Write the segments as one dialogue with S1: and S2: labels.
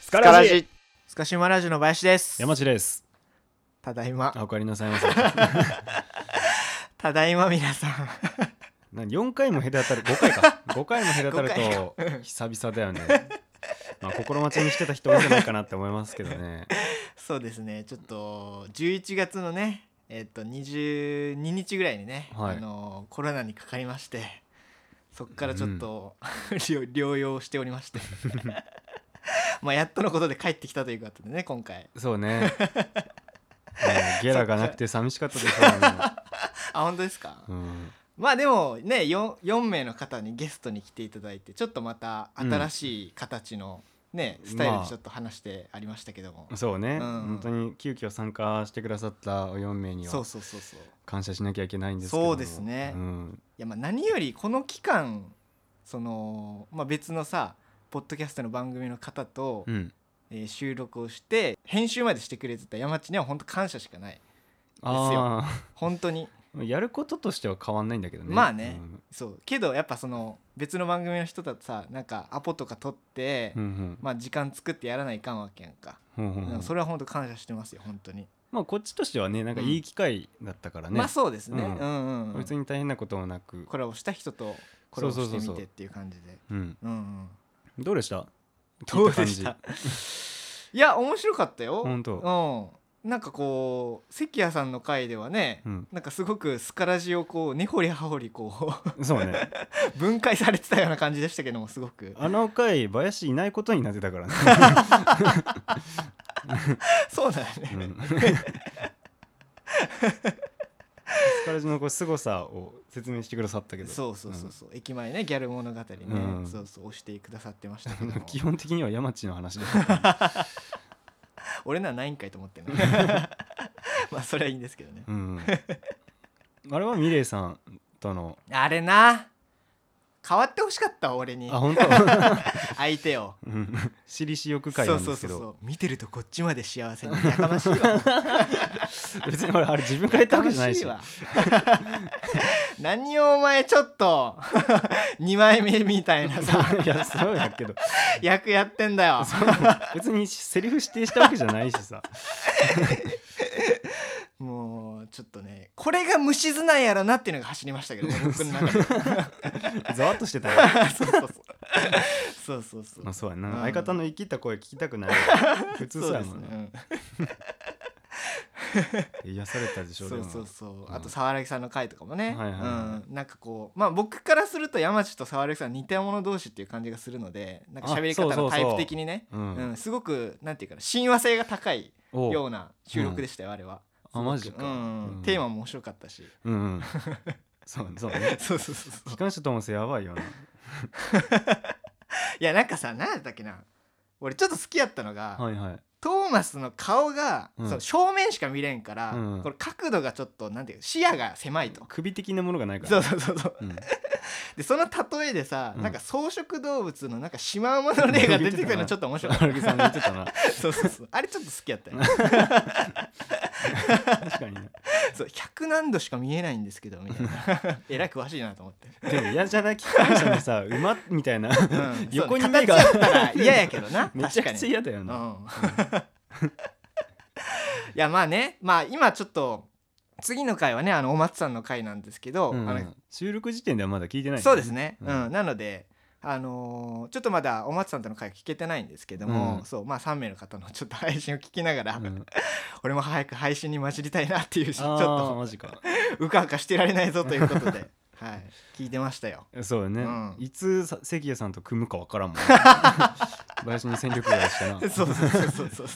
S1: スカ
S2: から
S1: ラ
S2: じ
S1: ジ
S3: スカシマラジオの林です
S1: 山地です
S3: ただいま
S1: あおかえりなさい ませ
S3: ただいま皆さん
S1: な4回も隔たる5回か5回も隔たると
S3: 五回かうん
S1: 久々だよねまあ心待ちにしてた人多いんじゃないかなって思いますけどね
S3: そうですねちょっと11月のねえっと22日ぐらいにね、
S1: はい
S3: あのコロナにかかりましてそっからちょっと、 療療養しておりまして まあやっとのことで帰ってきたということでね今回
S1: そうねねゲラがなくて寂しかったでしょ
S3: あ本当ですか、
S1: う、うん、
S3: まあでもね 4, 4名の方にゲストに来ていただいてちょっとまた新しい形の、ね、スタイル
S1: まあ
S3: でちょっと話してありましたけども、
S1: そうね、
S3: うん
S1: 本当に急遽参加してくださったお4名に
S3: そ
S1: は
S3: うそうそうそう
S1: 感謝しなきゃいけないんですけども
S3: そうですね
S1: うん、
S3: いやまあ何よりこの期間その、まあ、別のさポッドキャストの番組の方と、
S1: うん、
S3: えー収録をして編集までしてくれてた山地には本当感謝しかない
S1: あ
S3: 本当に
S1: あやることとしては変わんないんだけどね
S3: まあね
S1: うん
S3: そうけどやっぱその別の番組の人だとさなんかアポとか取って、
S1: うん
S3: まあ時間作ってやらないかんわけやんか、
S1: うんうんうんうん
S3: それは本当感謝してますよ本当に、
S1: まあこっちとしてはねなんかいい機会だったからね、
S3: まあそうですね、
S1: う
S3: うんん、うんうん
S1: 別に大変なこともなく、
S3: コラボした人とコラボ
S1: そうそう
S3: し
S1: そうそう
S3: てみてっていう感じで
S1: うん、
S3: うんうん
S1: どうでした
S3: どうでした いや面白かったよ
S1: 本
S3: うん、なんかこう関谷さんの回ではね、
S1: うん
S3: なんかすごくスカラジをこう根掘り葉掘りこ
S1: そう ね
S3: う分解されてたような感じでしたけどもすごく
S1: あの回林いないことになってたからね、
S3: そうだよ
S1: う
S3: ね、
S1: ん、スカラジのこう凄さを説明してくださったけど
S3: そうそうそうそう、駅前ねギャル物語ね、
S1: うん
S3: そうそう押してくださってました けども
S1: 基本的には山地の話では
S3: 俺ならないんかいと思って る まあそれはいいんですけどね、
S1: うん、あれはミレイさんとの
S3: あれな変わってほしかった俺に
S1: あ本 当
S3: 相手を
S1: うん私利私欲
S3: そ
S1: 会
S3: う
S1: なん
S3: そ
S1: で
S3: う
S1: すけ
S3: そう
S1: ど
S3: そう見てるとこっちまで幸せにやかましいわ
S1: 別に俺あれ自分から言ったわけじゃないし
S3: 楽しいわ 何をお前ちょっと 2枚目みたいなさ
S1: いやそうやけど
S3: 役やってんだよ
S1: 別にセリフ指定したわけじゃないしさ
S3: もうちょっとねこれが虫図なんやろなっていうのが走りまし たけどね僕の中で
S1: ざわっとしてたよ
S3: そうそうそうそうそうそ
S1: まあ
S3: う
S1: そうや
S3: う
S1: なん相方の生きった声聞きたくない 普通そう
S3: そう
S1: や
S3: です
S1: もん
S3: ね
S1: ね癒されたでし
S3: う
S1: ょ
S3: ん
S1: で
S3: そ
S1: も
S3: うそうそう
S1: うん
S3: あと沢良木さんの回とかもね
S1: はいはいは
S3: うんなんかこうまあ僕からすると山地と沢良木さんは似た者同士っていう感じがするのでなんか喋り方
S1: あそうそうそう
S3: のタイプ的にね
S1: うん
S3: うん、すごくなんていうかな親和性が高い
S1: おう
S3: ような収録でしたよ、あれは。
S1: あマジか
S3: うん
S1: うん
S3: テーマも面白かっ たし。
S1: うん うんそうそうね
S3: そうそうそうそう
S1: 機。関車ともせやばいよない
S3: やなんかさ何だったっけな俺ちょっと好きやったのが、
S1: はいはい
S3: トーマスの顔が、
S1: うん
S3: その正面しか見れんから、
S1: うん
S3: これ角度がちょっとなんていうか視野が狭いと。
S1: 首的なものがないか
S3: そ
S1: ら
S3: うそうそうそう
S1: うん
S3: でその例えでさ、
S1: うん
S3: なんか草食動物のなんかシマウマの例が出てくるのちょっと面白 かっ
S1: 荒木さん言ってたな
S3: たそうそうそうあれちょっと好きやったよね
S1: 確かにね
S3: そう100何度しか見えないんですけどみた いなえらい詳しいなと思って
S1: でも嫌じゃない機関車のさ馬みたい な
S3: うん
S1: 横に
S3: そう
S1: 目が
S3: 形だったら嫌やけどな
S1: めちゃ
S3: 確か
S1: くちゃ
S3: に
S1: 嫌だよ
S3: うん
S1: ない
S3: やまあねまあ今ちょっと次の回はねあのお松さんの回なんですけど、
S1: うんう
S3: あ
S1: ん収録時点ではまだ聞いてない
S3: のそうですね、
S1: う
S3: うんんなのであのーちょっとまだお松さんとの回聞けてないんですけども、
S1: うん
S3: そうまあ3名の方のちょっと配信を聞きながら、
S1: うん
S3: 俺も早く配信に混じりたいなっていう しちょっ
S1: ああ
S3: と
S1: マジか
S3: うかうかしてられないぞというこ とではい聞いてましたよ
S1: そうだね、
S3: うん
S1: いつさ関谷さんと組むかわから んもん林に戦力外したな
S3: そうそうそうそうそうそう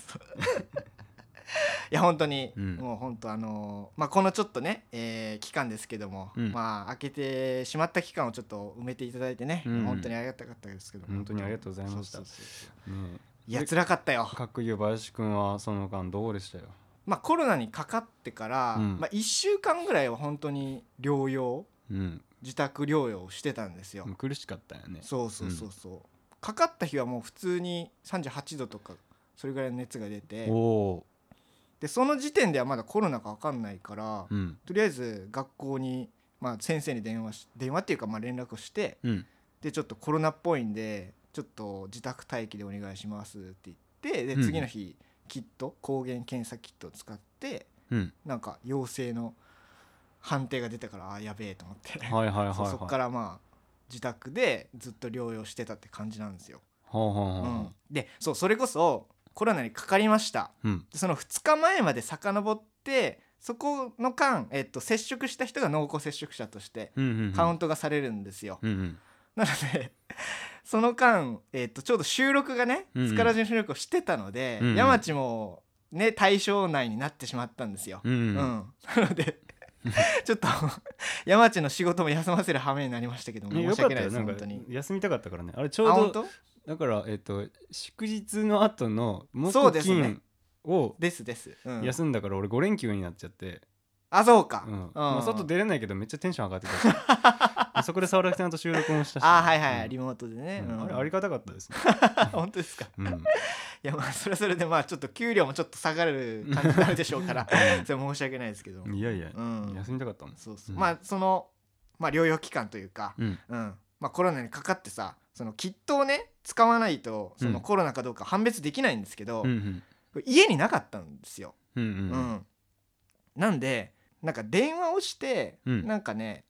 S3: いや本当に、
S1: うん
S3: もう本当あのーまあこのちょっとね、えー期間ですけども、
S1: うん
S3: まあ開けてしまった期間をちょっと埋めていただいてね、
S1: うん
S3: 本当にありがたかったですけども
S1: 本当にありがとうございました
S3: そうそうそう
S1: ね
S3: いや辛かったよ
S1: えかっこいいよ林くんはその間どうでしたよ
S3: まあコロナにかかってから、
S1: うん
S3: まあ1週間ぐらいは本当に療養
S1: うん
S3: 自宅療養をしてたんですよ、
S1: もう苦しかったよね
S3: そうそうそうそう、かかった日はもう普通に38度とかそれぐらいの熱が出て
S1: おお
S3: でその時点ではまだコロナか分かんないか
S1: ー
S3: ら、
S1: うん
S3: とりあえず学校に、まあ、先生に電話し電話っていうかまあ連絡をして
S1: うん
S3: でちょっとコロナっぽいんでちょっと自宅待機でお願いしますって言っってで
S1: うん
S3: 次の日キット抗原検査キットを使って
S1: うん
S3: なんか陽性の判定が出たからあーやべえと思って、
S1: はいはいはいはい
S3: そうそっからまあ自宅でずっと療養してたって感じなんですよ。
S1: はあはあ
S3: う
S1: はあ
S3: ん、でそうそれこそコロナにかかりました
S1: うん
S3: でその2日前まで遡ってそこの間、えっと、接触した人が濃厚接触者として
S1: うんうんうん
S3: カウントがされるんですよ、
S1: うんうん
S3: なので その間、えっと、ちょうど収録がね
S1: うんうん
S3: スカラジの収録をしてたので、
S1: うんうん
S3: 山地もね対象内になってしまったんですよ、
S1: うんうん
S3: うんなので ちょっと山地の仕事も休ませる羽目になりましたけども
S1: ね
S3: 申
S1: よ
S3: し
S1: かっ
S3: 訳な
S1: た
S3: い
S1: よ
S3: です
S1: なんか
S3: 本当に。
S1: 休みたかったからねあれち
S3: あ
S1: ょう
S3: 本
S1: ど
S3: 当
S1: だからえっと祝日の後の木
S3: そうですね
S1: 金を
S3: ですです、うん、
S1: 休んだから俺5連休になっちゃって
S3: あそうか、
S1: うんまあ外出れないけどめっちゃテンション上がって たしそこで沢田さんと収録もしたし
S3: あーはいはい、
S1: うん
S3: リモートでね、
S1: うん
S3: うん
S1: あれありがたかったですね
S3: 本当ですか
S1: うんうん
S3: いやまあそれはそれでまあちょっと給料もちょっと下がる感じになるでしょう からそれ申し訳ないですけど
S1: いやいや
S3: うん
S1: 休みたかったもん
S3: そうそ
S1: う
S3: う、
S1: ん
S3: まあそのまあ療養期間というか
S1: うん
S3: うん、まあコロナにかかってさそのキットをね使わないとそうの
S1: ん
S3: コロナかどうか判別できないんですけど、
S1: うんうん
S3: 家になかったんですよ、
S1: うん
S3: うん
S1: うん
S3: なんでなんか電話をして、
S1: うん
S3: なんかね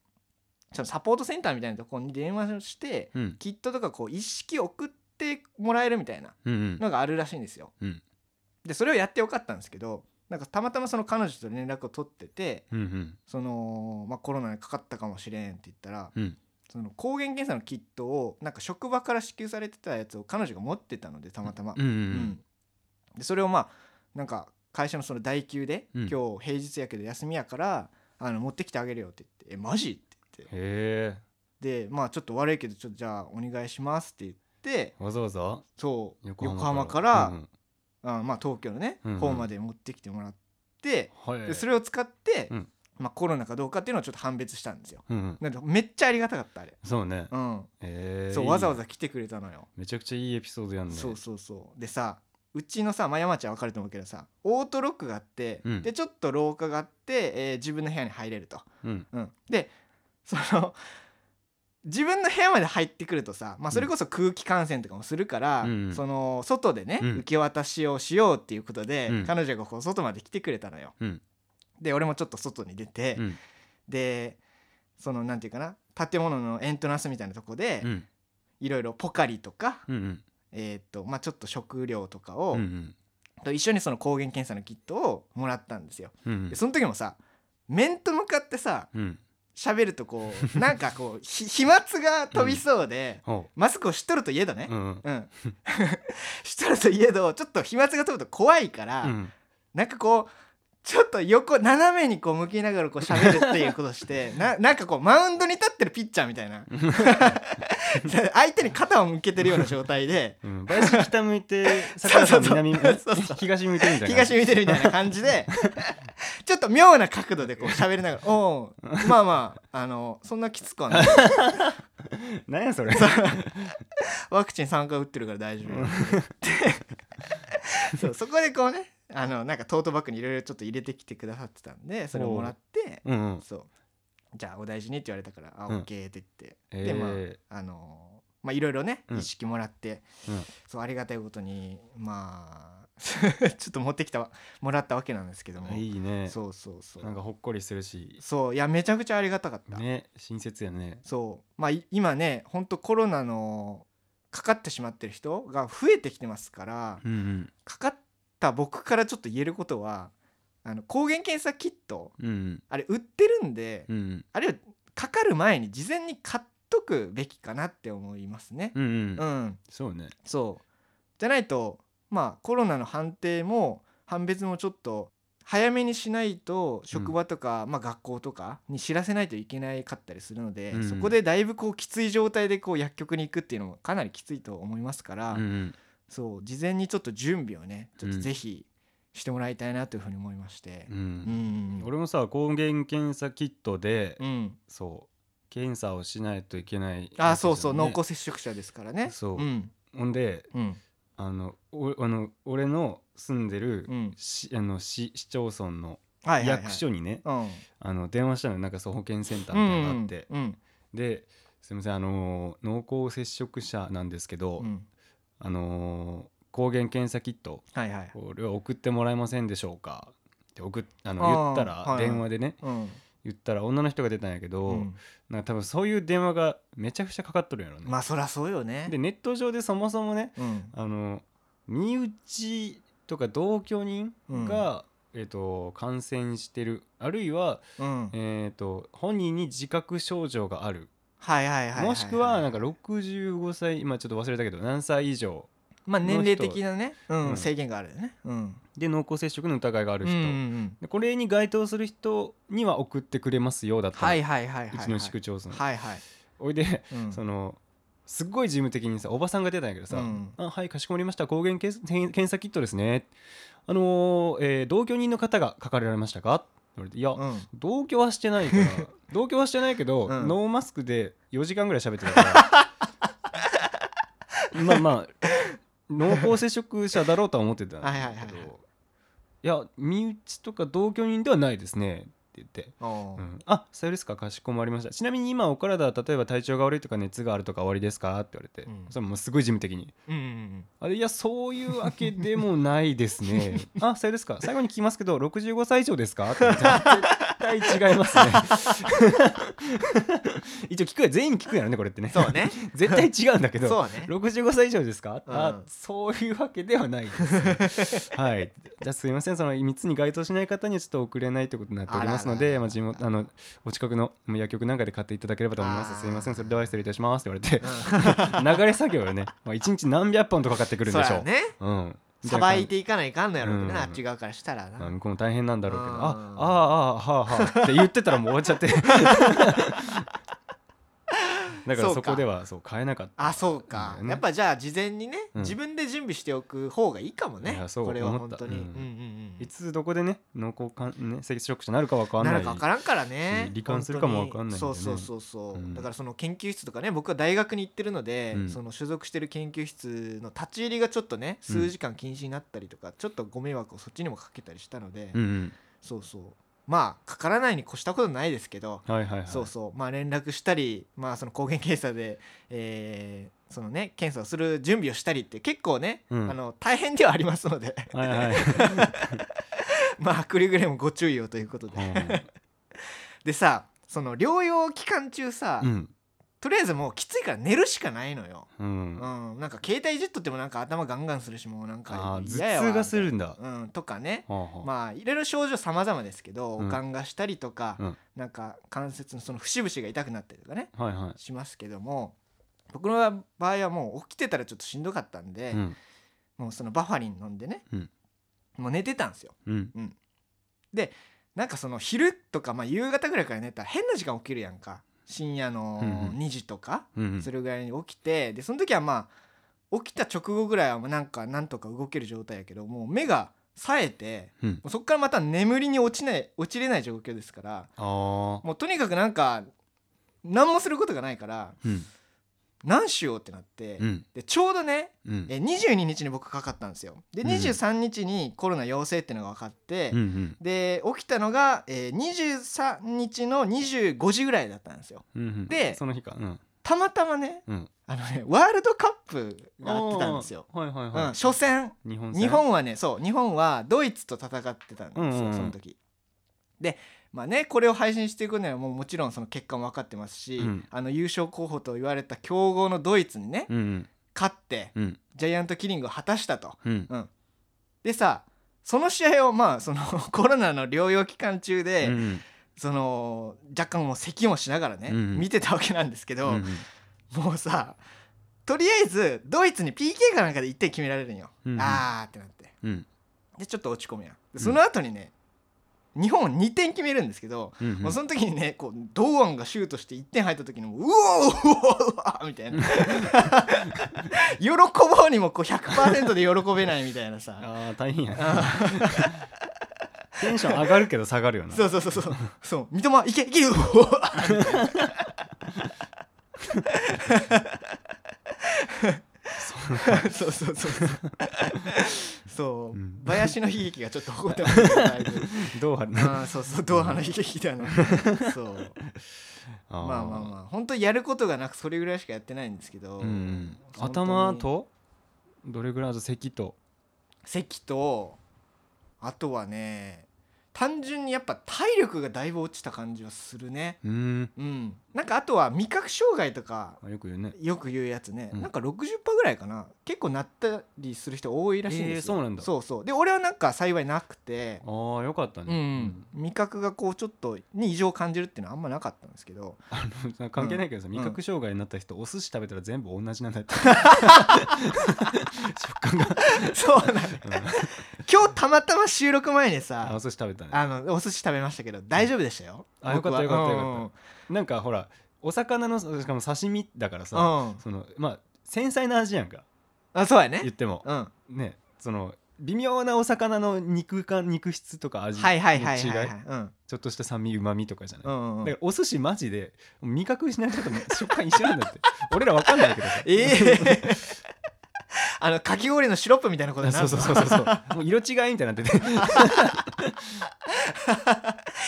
S3: そのサポートセンターみたいなところに電話をして、
S1: うん
S3: キットとかこう一式送ってもらえるみたいな
S1: うんうん
S3: のがあるらしいんですよ。
S1: うん
S3: でそれをやってよかったんですけどなんかたまたまその彼女と連絡を取ってて
S1: うんうん
S3: その、まあ、コロナにかかったかもしれんって言ったら
S1: うん
S3: その抗原検査のキットをなんか職場から支給されてたやつを彼女が持ってたのでたまたま。
S1: うんう
S3: うんんでそれをまあなんか会社のその代休で、
S1: うん
S3: 今日平日やけど休みやからあの持ってきてあげるよって言って「えマジ?」って言っ
S1: へ
S3: て
S1: え
S3: でまあちょっと悪いけどちょっとじゃあお願いしますって言って
S1: わざわざ
S3: そう横
S1: 横
S3: 浜
S1: 浜
S3: から、
S1: うん
S3: あまあ東京のね、
S1: うんうん
S3: 方まで持ってきてもらって、
S1: うんはい
S3: でそれを使って、
S1: うん
S3: まあ、コロナかどうかっていうのをちょっと判別したんですよ
S1: うんうん
S3: なんでめっちゃありがたかったあれ
S1: そうね
S3: うん、
S1: へえ
S3: そうわざわ
S1: ざ
S3: ざ来てくれたのよ、
S1: めちゃくちゃいいエピソードやんね
S3: そうそうそうでさうちのさ、まあ、山ちゃん分かると思うけどさオートロックがあって、
S1: うん
S3: でちょっと廊下があって、えー自分の部屋に入れると、
S1: うん
S3: うん、でその自分の部屋まで入ってくるとさ、まあ、それこそ空気感染とかもするから、
S1: うんうん
S3: その外でね、
S1: うん
S3: 受け渡しをしようっていうことで、
S1: うん
S3: 彼女がこう外まで来てくれたのよ。
S1: うん
S3: で俺もちょっと外に出て、
S1: うん
S3: でそのなんていうかな建物のエントランスみたいなとこで、
S1: うん
S3: いろいろポカリとか、
S1: うんうん
S3: えーっとまあ、ちょっと食料とかを、
S1: うんうん
S3: と一緒にその抗原検査のキットをもらったんですよ。
S1: うん
S3: でその時もさ面と向かってさ
S1: うん
S3: 喋るとこうなんかこうひ飛沫が飛びそうで、
S1: ほ
S3: マスクをしとるといえどね
S1: う、うんうん
S3: うん しとるといえどちょっと飛沫が飛ぶと怖いから、
S1: うん
S3: なんかこうちょっと横斜めにこう向きながらこう喋るっていうことをしてななんかこうマウンドに立ってるピッチャーみたいな相手に肩を向けてるような状態で
S1: うん、林北向いて桜さん
S3: そうそうそう
S1: 南向いて東向いてるみたいな
S3: 東見てるみたいな感じでちょっと妙な角度でこう喋りながら「おうまあまああのそんなきつくはない
S1: 何やそれ
S3: ワクチン3回打ってるから大丈夫よ」って そうそこでこうねあのなんかトートバッグにいろいろちょっと入れてきてくださってたんでそれをもらって
S1: うんうん
S3: そうじゃあお大事にって言われたから「あオ
S1: うん
S3: ッケー」って言って、
S1: え
S3: でま
S1: ー
S3: ああのまあいろいろね
S1: うん
S3: 意識もらって、
S1: うん
S3: そうありがたいことにまあ ちょっと持ってきたもらったわけなんですけども、
S1: いいね
S3: そうそうそう
S1: なんかほっこりするし
S3: そういやめちゃくちゃありがたかった、
S1: ね親切やね
S3: そうまあい今ねほんとコロナのかかってしまってる人が増えてきてますから
S1: うんうん
S3: かかった僕からちょっと言えることはあの抗原検査キット
S1: うん
S3: あれ売ってるんで、
S1: うんうん
S3: あれはかかる前に事前に買っとくべきかなって思いますね。
S1: うんうん
S3: うん、
S1: そうね
S3: そうじゃないとまあコロナの判定も判別もちょっと早めにしないと職場とか、まあ、学校とかに知らせないといけないかったりするので、
S1: うん
S3: そこでだいぶこうきつい状態でこう薬局に行くっていうのもかなりきついと思いますから、
S1: うんうん
S3: そう事前にちょっと準備をねちょっと
S1: うん
S3: ぜひしてもらいたいなというふうに思いまして
S1: う。
S3: うんん、
S1: 俺もさ抗原検査キットで
S3: うん、
S1: そう検査をしないといけない
S3: あそうそう、濃厚
S1: す
S3: 接触者ですからね。
S1: そう
S3: うん
S1: ほんで
S3: うん
S1: あのおあの俺の住んでる
S3: うん
S1: しあの市市町村の
S3: はいはいはい、
S1: 役所にね
S3: うん
S1: あの電話したのよなんかそう保健センター
S3: う
S1: みたい
S3: ん
S1: なのがあって、
S3: うん
S1: ですみませんあのー濃厚接触者なんですけど、
S3: うん
S1: あのー抗原検査キット
S3: はいはい
S1: これは送ってもらえませんでしょうかって送っあの
S3: あー
S1: 言った
S3: はいは
S1: ら
S3: い
S1: 電話でね
S3: うん
S1: 言ったら女の人が出たんやけど、
S3: うん
S1: なんか多分そういう電話がめちゃくちゃかかっとるんやろね、
S3: まあそりゃそうよね
S1: でネット上でそもそもね
S3: うん
S1: あの身内とか同居人が、えっと感染してるあるいは、
S3: うん
S1: えっと本人に自覚症状がある、
S3: はいはいはいいい
S1: もしくはなんか65歳今ちょっと忘れたけど何歳以上
S3: まあ年齢的なねうん
S1: うん
S3: 制限があるよねうん
S1: で濃厚接触の疑いがある
S3: うんう
S1: 人、
S3: ん
S1: でこれに該当する人には送ってくれますよだったの
S3: はいはいはいはいう
S1: ちの市区町村、
S3: はいはい
S1: おいで、
S3: うん
S1: そのすっごい事務的にさおばさんが出たんやけどさ「
S3: うん
S1: あはいかしこまりました抗原検検査キットですね」あのーえー同居人の方が書かれられましたか?」って言われて「いや、
S3: うん
S1: 同居はしてない から同居はしてないけど、
S3: うん
S1: ノーマスクで4時間ぐらい喋ってたから まあまあ濃厚接触者だろうとは思ってたんだ
S3: はいはいはい
S1: け
S3: はい
S1: ど「いや身内とか同居人ではないですね」って言って。
S3: お
S1: う
S3: ー
S1: ん、あさよですかかしこまりましたちなみに今お体は例えば体調が悪いとか熱があるとか終わりですかって言われて、
S3: うん
S1: それもうすごい事務的に
S3: うんうん
S1: あれいやそういうわけでもないです ねあさよですか最後に聞きますけど65歳以上ですかって言われて絶対違いますね 一応聞くや全員に聞くやろねこれってね
S3: そうね
S1: 絶対違うんだけ
S3: うん
S1: ど
S3: そうね
S1: 65歳以上ですか、
S3: う
S1: あ
S3: ん
S1: そういうわけではないです、 ね、はいじゃあすいませんその3つに該当しない方にはちょっと送れないということになっておりますの
S3: あらら
S1: で
S3: ら
S1: まあ地元あのお近くのもう薬局なんかで買っていただければと思いま
S3: あー
S1: すすいませんそれでは失礼いたしますって言
S3: う ん
S1: われて流れ作業よね、まあ、1日何百本とかかかってくるん
S3: そう
S1: でしょ
S3: や
S1: う
S3: ね
S1: うん
S3: さばいていかないかんのやろうけど
S1: うん
S3: なあっち側からしたら
S1: まあ
S3: な
S1: 向こうも大変なんだろうけどあ
S3: うん
S1: ああーはあはあって言ってたらもう終わっちゃって だから
S3: そう
S1: そ
S3: か
S1: こではそう買えなかった
S3: あそうか
S1: うん
S3: やっぱじゃあ事前にね
S1: うん
S3: 自分で準備しておく方がいいかも
S1: い
S3: ね
S1: やそう
S3: これは
S1: 思
S3: 本
S1: った
S3: 当に
S1: う
S3: うんんうんう
S1: いつどこでね濃厚かん、ね、接触者になるかわか
S3: ん
S1: んな
S3: ないるか分からんからね
S1: し罹患するかも
S3: 本当に
S1: 分かんないんで
S3: そ
S1: ね
S3: うそうそうそう、
S1: うん
S3: だからその研究室とかね僕は大学に行ってるので、
S1: うん
S3: その所属してる研究室の立ち入りがちょっとね数時間禁止になったりとか、ちょっとご迷惑をそっちにもかけたりしたので、
S1: うん
S3: そうそうまあかからないに越したことないですけど、
S1: うん、はいはいはい
S3: そうそうまあ連絡したりまあその抗原検査で、えーそのね検査をする準備をしたりって結構ね、
S1: うん
S3: あの大変ではありますので
S1: はいはい、
S3: まあくれぐれもご注意をということで、でさその療養期間中さ、
S1: うん
S3: とりあえずもうきついから寝るしかないのよ、
S1: う、
S3: うん
S1: あ
S3: ん、なんか携帯いじっとってもなんか頭ガンガンするしもうなんか
S1: あ頭
S3: 嫌やわ
S1: 痛がするんだ、
S3: うん、とかね
S1: はあはあ
S3: まあいろいろ症状様々ですけど、
S1: うん
S3: おかんがしたりとか、
S1: うん
S3: なんか関節のその節々が痛くなったりとかね
S1: はいは
S3: しますけども僕の場合はもう起きてたらちょっとしんどかったん
S1: い
S3: で、
S1: うん
S3: もうそのバファリン飲んでね、
S1: うん
S3: もう寝てたんですよ
S1: うん
S3: なんかその昼とか、まあ、夕方ぐらいから寝たら変な時間起きるやんか深夜
S1: うん
S3: の
S1: うん
S3: 2時とか、
S1: うん
S3: それぐらいに起きてでその時はまあ起きた直後ぐらいはもうなんかなんとか動ける状態やけどもう目が冴えて
S1: うん
S3: もうそこからまた眠りに落ちない落ちれない状況ですから
S1: ああ
S3: もうとにかくなんか何もすることがないから
S1: うん
S3: 何しようってなって、
S1: うん
S3: でちょうどね
S1: うん
S3: え22日に僕かかったんですよで
S1: うん
S3: 23日にコロナ陽性っていうのが分かって、
S1: うんうん
S3: で起きたのが、えー23日の25時ぐらいだったんですよ
S1: うんうん
S3: で
S1: その日かうん
S3: たまたまね
S1: うん
S3: あのねワールドカップがあってたんですよ、
S1: あーはいはい
S3: うん、
S1: はい、
S3: 初戦
S1: 日本戦
S3: 日本はねそう日本はドイツと戦ってたんです
S1: うんう
S3: よ、
S1: んうん
S3: その時でまあねこれを配信していくのはもうもちろんその結果も分かってますし、
S1: うん
S3: あの優勝候補と言われた強豪のドイツにね、
S1: うんうん
S3: 勝って
S1: うん
S3: ジャイアントキリングを果たしたと
S1: うん
S3: でさその試合をまあその コロナの療養期間中で、
S1: うんうん
S3: その若干もう咳もしながらね、
S1: うんうん
S3: 見てたわけなんですけど、
S1: うん
S3: もうさとりあえずドイツに PK かなんかで1点決められるんよ、
S1: うんうん
S3: あーってなって
S1: うん
S3: でちょっと落ち込むやん
S1: ん
S3: でその後にね、日本2点決めるんですけど、
S1: うん
S3: もうその時にねこう堂安がシュートして1点入った時にもううおーうおーうわーみたい な喜ぼうにもこう100%で喜べないみたいなさ
S1: ああ大変や テンション上がるけど下がるよな
S3: そうそうそうそう。そう、三笘、いけ、いけ、うおそうそうそうそう。そう、
S1: うん
S3: 林の悲劇がちょっと起こってますね。だいぶ
S1: どうはる
S3: あーそうそう、ドーハの悲劇だな。そう、
S1: あー
S3: まあまあまあ、本当やることがなく、それぐらいしかやってないんですけど。
S1: うんうん
S3: 本当に
S1: 頭とどれぐらいの咳と
S3: 咳とあとはね単純にやっぱ体力がだいぶ落ちた感じはするね
S1: うーん
S3: うんなんかあとは味覚障害とか
S1: あよく言うね
S3: よく言うやつね、
S1: うん
S3: なんか60%ぐらいかな結構なったりする人多いらしいんですよ、
S1: えーそうなんだ
S3: そうそうで俺はなんか幸いなくて
S1: あーよかった
S3: う
S1: ね、
S3: ん、味覚がこうちょっとに異常を感じるっていうのはあんまなかったんですけど
S1: あの 関係ないけどさ、味覚障害になった人お寿司食べたら全部同じなんだ って食感が、
S3: そうなの
S1: うん
S3: 今日たまたま収録前に
S1: あお
S3: さ
S1: 寿司食べたね
S3: あのお寿司食べましたけど大丈夫でしたよ
S1: あ
S3: 僕は
S1: よかったよかったよか
S3: うん
S1: なんかほらお魚のしかも刺身だからさ、
S3: うん
S1: そのまあ繊細な味やんか
S3: あそうや
S1: 言
S3: ね
S1: っても
S3: うん
S1: ねその微妙なお魚の肉か肉質とか味の
S3: は
S1: 違い
S3: いはいはいはいはいうん
S1: ちょっとした酸味うまみとかじゃない、
S3: うんうん
S1: だからお寿司マジで味覚しない人と食感一緒なんだって 俺らわかんないけどさ
S3: ええ あのかき氷のシロップみたいなこと
S1: あ
S3: にな
S1: そう
S3: る
S1: そう
S3: の
S1: そうそう そうもう色違いみたいになってて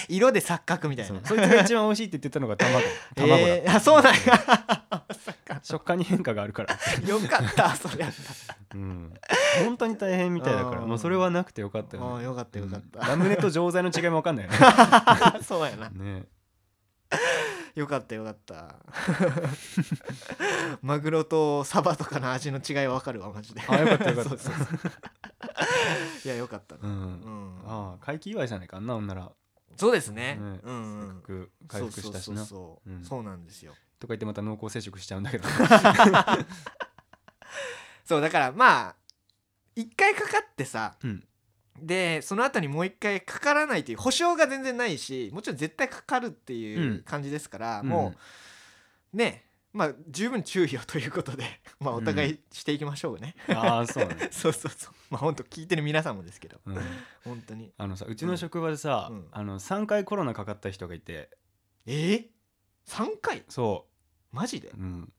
S3: 色で錯覚みたい
S1: そう
S3: な
S1: そいつが一番美味しいって言ってたのが卵卵だ、
S3: えーあそうなんや
S1: 食感に変化があるから、
S3: よかったそ りゃ
S1: うん、本当に大変みたいだから
S3: うん
S1: もうそれはなくてよかった
S3: あ
S1: よ
S3: あ
S1: ね
S3: よかったよかっ
S1: うんラムネと錠剤の違いもわかんないよね
S3: たそうやな
S1: ね
S3: よかったよかった マグロとサバとかの味の違いわかるわマジで
S1: あよかったよかった
S3: そうそうそういやよかったな
S1: う
S3: うんん
S1: ああ回帰祝いじゃないかあんなほんなら
S3: そうですね
S1: ね
S3: うんう
S1: 回
S3: ん
S1: 復回復したし
S3: そ
S1: な
S3: うそうそうそう、
S1: うん
S3: そうなんですよ
S1: とか言ってまた濃厚接触しちゃうんだ けど
S3: そうだからまあ一回かかってさ
S1: うん
S3: でその後にもう一回かからないという保証が全然ないしもちろん絶対かかるっていううん感じですから、
S1: うん
S3: もうねまあ十分注意をということで まあお互いしていきましょうね、
S1: あ あそうね、
S3: そうそうそうまあ本当聞いてる皆さんもですけど
S1: うん、
S3: 本当に
S1: あのさうちの職場でさ、
S3: うん
S1: あの3回コロナかかった人がいて
S3: えー、3回
S1: そ
S3: マジで
S1: う、うん、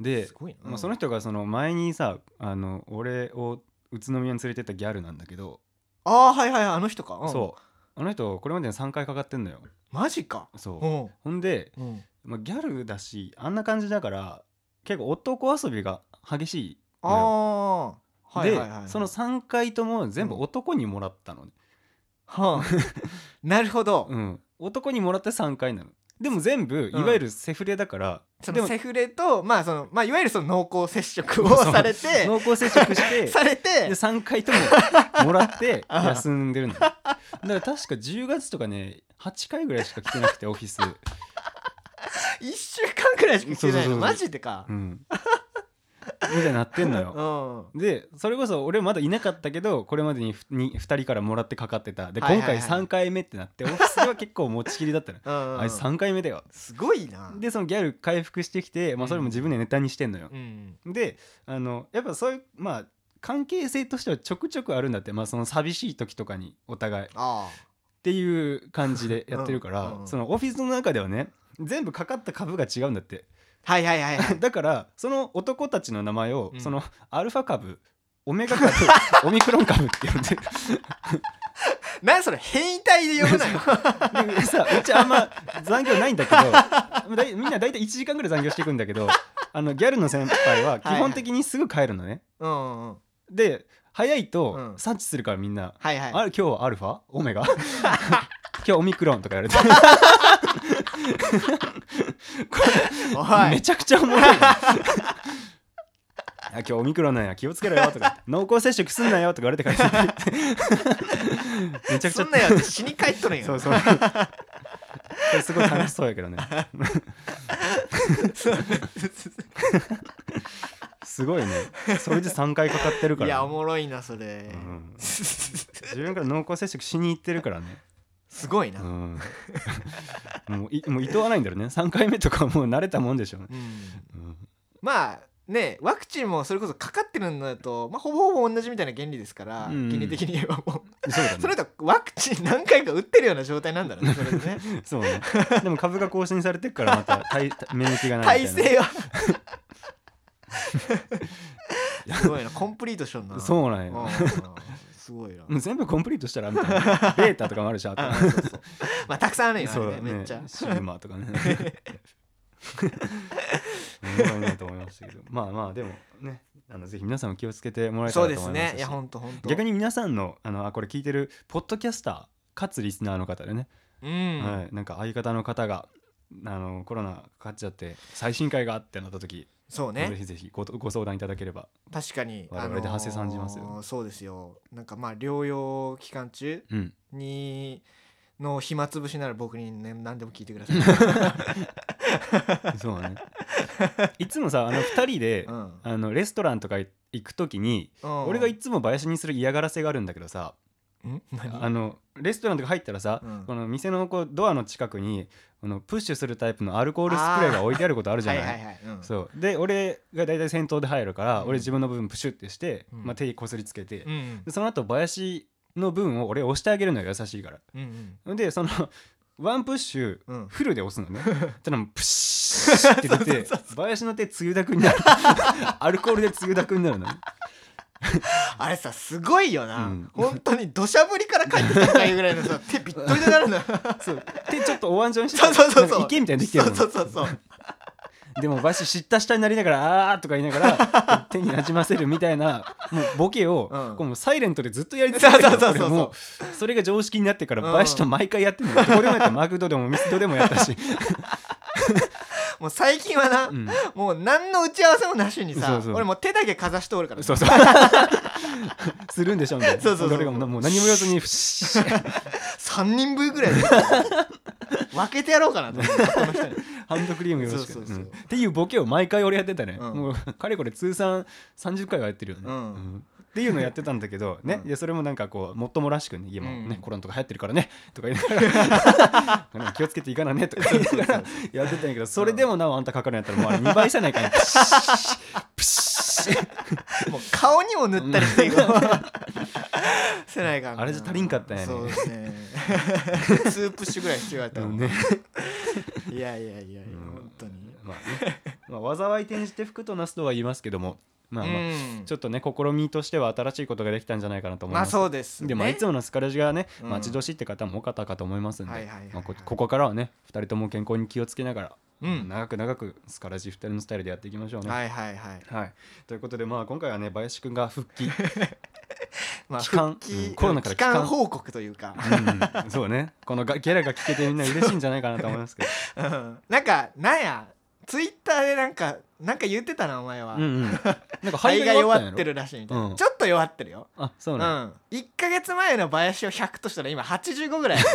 S1: です
S3: ごいな、
S1: まあ、その人がその前にさあの俺を宇都宮に連れてったギャルなんだけど、
S3: ああはいはいはいあの人か、うん
S1: そうあの人これまでに3回かかってんのよ
S3: マジか
S1: そう、
S3: うん
S1: ほんで、
S3: うん
S1: まあ、ギャルだしあんな感じだから結構男遊びが激しい
S3: ああはいはいはい
S1: でその3回とも全部男にもらったの、
S3: はあ、 なるほど、
S1: うん、男にもらって3回なのでも全部い
S3: うん
S1: わゆるセフレだから、
S3: そ
S1: で
S3: の
S1: も
S3: セフレとまあそのまあいわゆるその濃厚接触 を
S1: そう
S3: されて
S1: 濃厚接触して
S3: され
S1: で
S3: て
S1: 3回 とももらって
S3: ああ
S1: 休んでるのだから確か10月とかね8回ぐらいしか来てなくてオフィス、
S3: 一週間くらいしか来てない
S1: そうそうそうそ
S3: の
S1: う
S3: マジでか
S1: う、ん、みたいになってんの
S3: う
S1: よ
S3: ん、
S1: でそれこそ俺まだいなかったけどこれまでに 2, 人からもらってかかってたで
S3: はい
S1: 今
S3: はいはい
S1: 回3回目ってなってオフィスでは結構持ちきりだったの
S3: うん
S1: あいつ3回目だよ
S3: すごいな
S1: でそのギャル回復してきて、まあ、それも自分でネタにしてんのよ
S3: う、ん
S1: であのやっぱそういうまあ関係性としてはちょくちょくあるんだって、まあ、その寂しい時とかにお互いっ
S3: あ
S1: ていう感じでやってるから、
S3: うんうん
S1: そのオフィスの中ではね全部かかった株が違うんだって
S3: あはい はいはいはい
S1: だからその男たちの名前を、
S3: うん
S1: そのアルファ株オメガ 株オミクロン株って呼んで
S3: 何それ変異体で呼 ぶなよ
S1: でさうちあんま残業ないんだけ どだいみんな大体1時間ぐらい残業していくんだけどあのギャルの先輩は基本的にすぐ帰るのね、
S3: うんうん
S1: で早いうと
S3: ん
S1: 察知するからみんな、
S3: はいはい
S1: あれ今日はアルファオ メガ 今日オミクロンとか言われて
S3: お
S1: め
S3: い
S1: ちゃくちゃおもろいな あ今日オミクロンなんや気をつけろよと か濃厚接触すんなよとか言われてからめちゃくち
S3: そ
S1: ゃ
S3: んなやつ死に帰っとるんや
S1: そうそうそれすごい楽しそうやけどねすごいねそれで3回かかってるか
S3: い
S1: ら、
S3: やおもろいなそれ、
S1: うん
S3: す
S1: 自分から濃厚接触しに行ってるからね
S3: ごいな、
S1: う
S3: うん
S1: ん もういもういとわないんだろうね3回目とかもう慣れたもんでしょうね、うん
S3: まあねワクチンもそれこそかかってるんだと、まあ、ほぼほぼ同じみたいな原理ですから、
S1: うん
S3: 原理的に言えばも
S1: そうだね
S3: うそれとワクチン何回か打ってるような状態なんだろうね それでね
S1: そうねでも株が更新されてるからまた体体免疫がないみ
S3: 体
S1: たい
S3: 制は すごいなコンプリートしとんな
S1: なそうなん
S3: うん
S1: よ
S3: すごいな
S1: もう全部コンプリートしたらみたい なベータとかもあるしあと
S3: あそうそうまあたくさんあるよ、ね
S1: そうね
S3: めっちゃ
S1: シグマとか ね面白いなと思いましたけどまあまあでもねあのぜひ皆さんも気をつけてもらえた
S3: そう
S1: ら
S3: で
S1: と
S3: す
S1: 思います
S3: ね
S1: し
S3: いや本当本当
S1: 逆に皆さんのあのあこれ聞いてるポッドキャスターかつリスナーの方でね、
S3: うん、
S1: はい、なんか相方の方があのコロナかかっちゃって最新回がってなった時、
S3: そう
S1: ぜ
S3: ね
S1: ひぜひごご相談いただければ、
S3: 確かに
S1: 我々で反省感じますよ
S3: ーそうですよなんかまあ療養期間中
S1: うん、
S3: にの暇つぶしなら僕に、ね、何でも聞いてください、
S1: そうねいつもさあの2人 で、
S3: うん
S1: あのレストランとか行く時に、
S3: うん
S1: 俺がいつも林にする嫌がらせがあるんだけどさ、
S3: ん何
S1: あのレストランとか入ったらさ、
S3: うん
S1: この店のこうドアの近くにこのプッシュするタイプのアルコールスプレーが置いてあることあるじゃない
S3: はいはいはい、うん
S1: そうで俺が大体先頭で入るから、
S3: うん
S1: 俺自分の部分プシュってして、
S3: うん
S1: まあ、手こすりつけて、
S3: うんうん
S1: でその後林の分を俺押してあげるのよ優しいか
S3: うん
S1: らでそのワンプッシュ、
S3: うん
S1: フルで押すの ねただもうプシュって出て林の手つゆだくに なるアルコールでつゆだくになるのね
S3: あれさすごいよな、
S1: うん
S3: 本当に土砂降りから帰ってきたかいうぐらいのさ手びっとりでなるのよ
S1: そう手ちょっとお椀状にして
S3: そうそうそうそう
S1: なんか池みたいにできてるのね
S3: そうそうそうそう
S1: でもバシ知った下になりながら「あー」とか言いながら手になじませるみたいなもうボケを、
S3: うん
S1: こうもうサイレントでずっとやり続けてる
S3: そうそうそうそう
S1: 俺もうそれが常識になってから
S3: うん
S1: バシと毎回やってるの、どこでもやったマクドでもミスドでもやったし、
S3: もう最近はな、
S1: うん、
S3: もう何の打ち合わせもなしにさ
S1: そうそう
S3: 俺もう手だけかざしておるから
S1: そう そうするんでしょみたいな
S3: そうそうそう
S1: 俺がもうもう何も言わずに「ふし
S3: 3人分ぐらい で分けてやろうかなと思ってこの人に
S1: ハンドクリームよろしく」
S3: そうそうそう
S1: うんっていうボケを毎回俺やってたね、
S3: うん
S1: もうかれこれ通算30回はやってるよね、
S3: うん
S1: っていうのやってたんだけどね、
S3: うん
S1: いやそれもなんかこうもっともらしくね今もね、
S3: うん
S1: コロナとか流行ってるからね とか言いながら 気をつけていかなねとか言いながらやってたんやけどそれでもなあんたかかるんやったらもうあれ2倍じゃないかねプシップシッ
S3: もう顔にも塗ったりしていく せないかんな
S1: あれじゃ足りんかったんやね
S3: そうで すねツープッシュぐらい必要やっ
S1: で
S3: たも
S1: も
S3: ん
S1: ね
S3: いやいやいやいや、
S1: うん
S3: 本当に
S1: まあね、まあ、災い転じて福となすとは言いますけどもまあまあ、
S3: うん
S1: ちょっとね試みとしては新しいことができたんじゃないかなと思い
S3: まあ
S1: ます。
S3: そうですね
S1: でまあいつものスカラジがね、
S3: うん
S1: 待ち遠しいって方も多かったかと思いますんで、
S3: はいはいはいはい
S1: まあこここからはね2人とも健康に気をつけながら、
S3: うん
S1: 長く長くスカラジ2人のスタイルでやっていきましょうね。
S3: はいはいはい
S1: はいということでまあ今回はね林くんが復帰、
S3: まあ
S1: 帰還
S3: 復帰
S1: うんコロナから
S3: 帰
S1: 帰還
S3: 還報告というか
S1: うん そうねこのがギャラが聞けてみんな嬉しいんじゃないかなと思いますけど
S3: うんなんかなんやツイッターでなんかなんか言ってたなお前 は、
S1: うん うんなんか肺
S3: 肺
S1: が
S3: が
S1: 弱
S3: 弱
S1: ったんや
S3: っ
S1: ろ
S3: てるらしいみたいな、
S1: うん
S3: ちょっと弱ってるよ
S1: あそう
S3: う
S1: なん
S3: ん、1か月前の林を100としたら今85ぐら い
S1: さ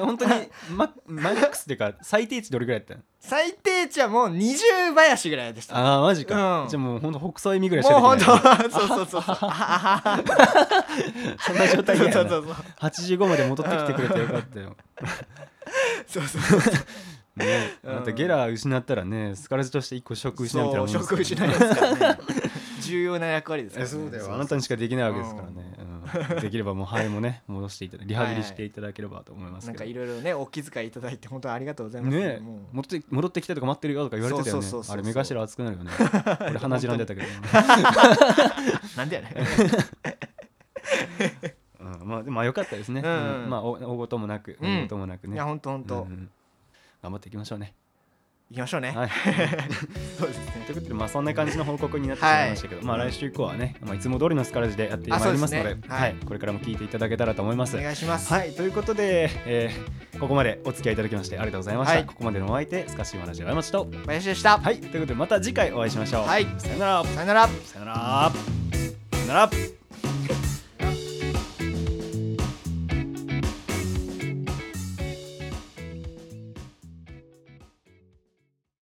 S1: 本当にママックスっていうか最低値どれぐらいやったの
S3: 最低値はもう20林ぐらいでした
S1: ああマジか、
S3: うん
S1: じゃあもうほんと北斎みぐらいし
S3: もう
S1: か
S3: 本
S1: でき
S3: 当
S1: ない
S3: そうそうそうそうあ
S1: そんな状態
S3: そう
S1: だ
S3: そ
S1: よ
S3: う
S1: な
S3: そうそう
S1: 85まで戻ってきてくれてよかったよ、
S3: そうそうそう
S1: ね、
S3: うん
S1: またゲラ失ったらねスカラジとして一個食失うみたいなもんです
S3: 食
S1: から
S3: 失いですからね 重要な役割ですから
S1: え
S3: ね
S1: そうだよあなたにしかできないわけですからね、うんできればもう肺もね戻していただリハビリしていただければと思います
S3: なん
S1: けど、
S3: かいろいろねお気遣いいただいて本当にありがとうございます
S1: ねえ
S3: もう
S1: 戻って戻ってきたとか待ってるよとか言われてたよね
S3: そうそうそうそう
S1: あれ目頭熱くなるよ ね俺鼻血なんでたけど、
S3: なんだよね
S1: うん、まあでもまあ良かったですね、
S3: うん
S1: まあお大事もなく
S3: うん
S1: 大事もなく
S3: い
S1: ね、
S3: や本当本当
S1: うんうん頑張っていきましょうね。
S3: 行きましょうね
S1: はい、
S3: そうですね
S1: ということで、まあ、そんな感じの報告になってしまいましたけど、まあ、来週以降はね、まあ、いつも通りのスカラジでやってまいりますの
S3: あそ
S1: で
S3: うですね
S1: は
S3: はい
S1: いこれからも聞いていただけたらと思います。
S3: お願いします
S1: はいということで、えーここまでお付き合いいただきましてありがとうございました。
S3: はい
S1: ここまでのお相手スカシマラジオ山ちと
S3: 林でした
S1: はいということでまた次回お会いしましょう。
S3: はい
S1: さよなら
S3: さよなら
S1: さよならさよなら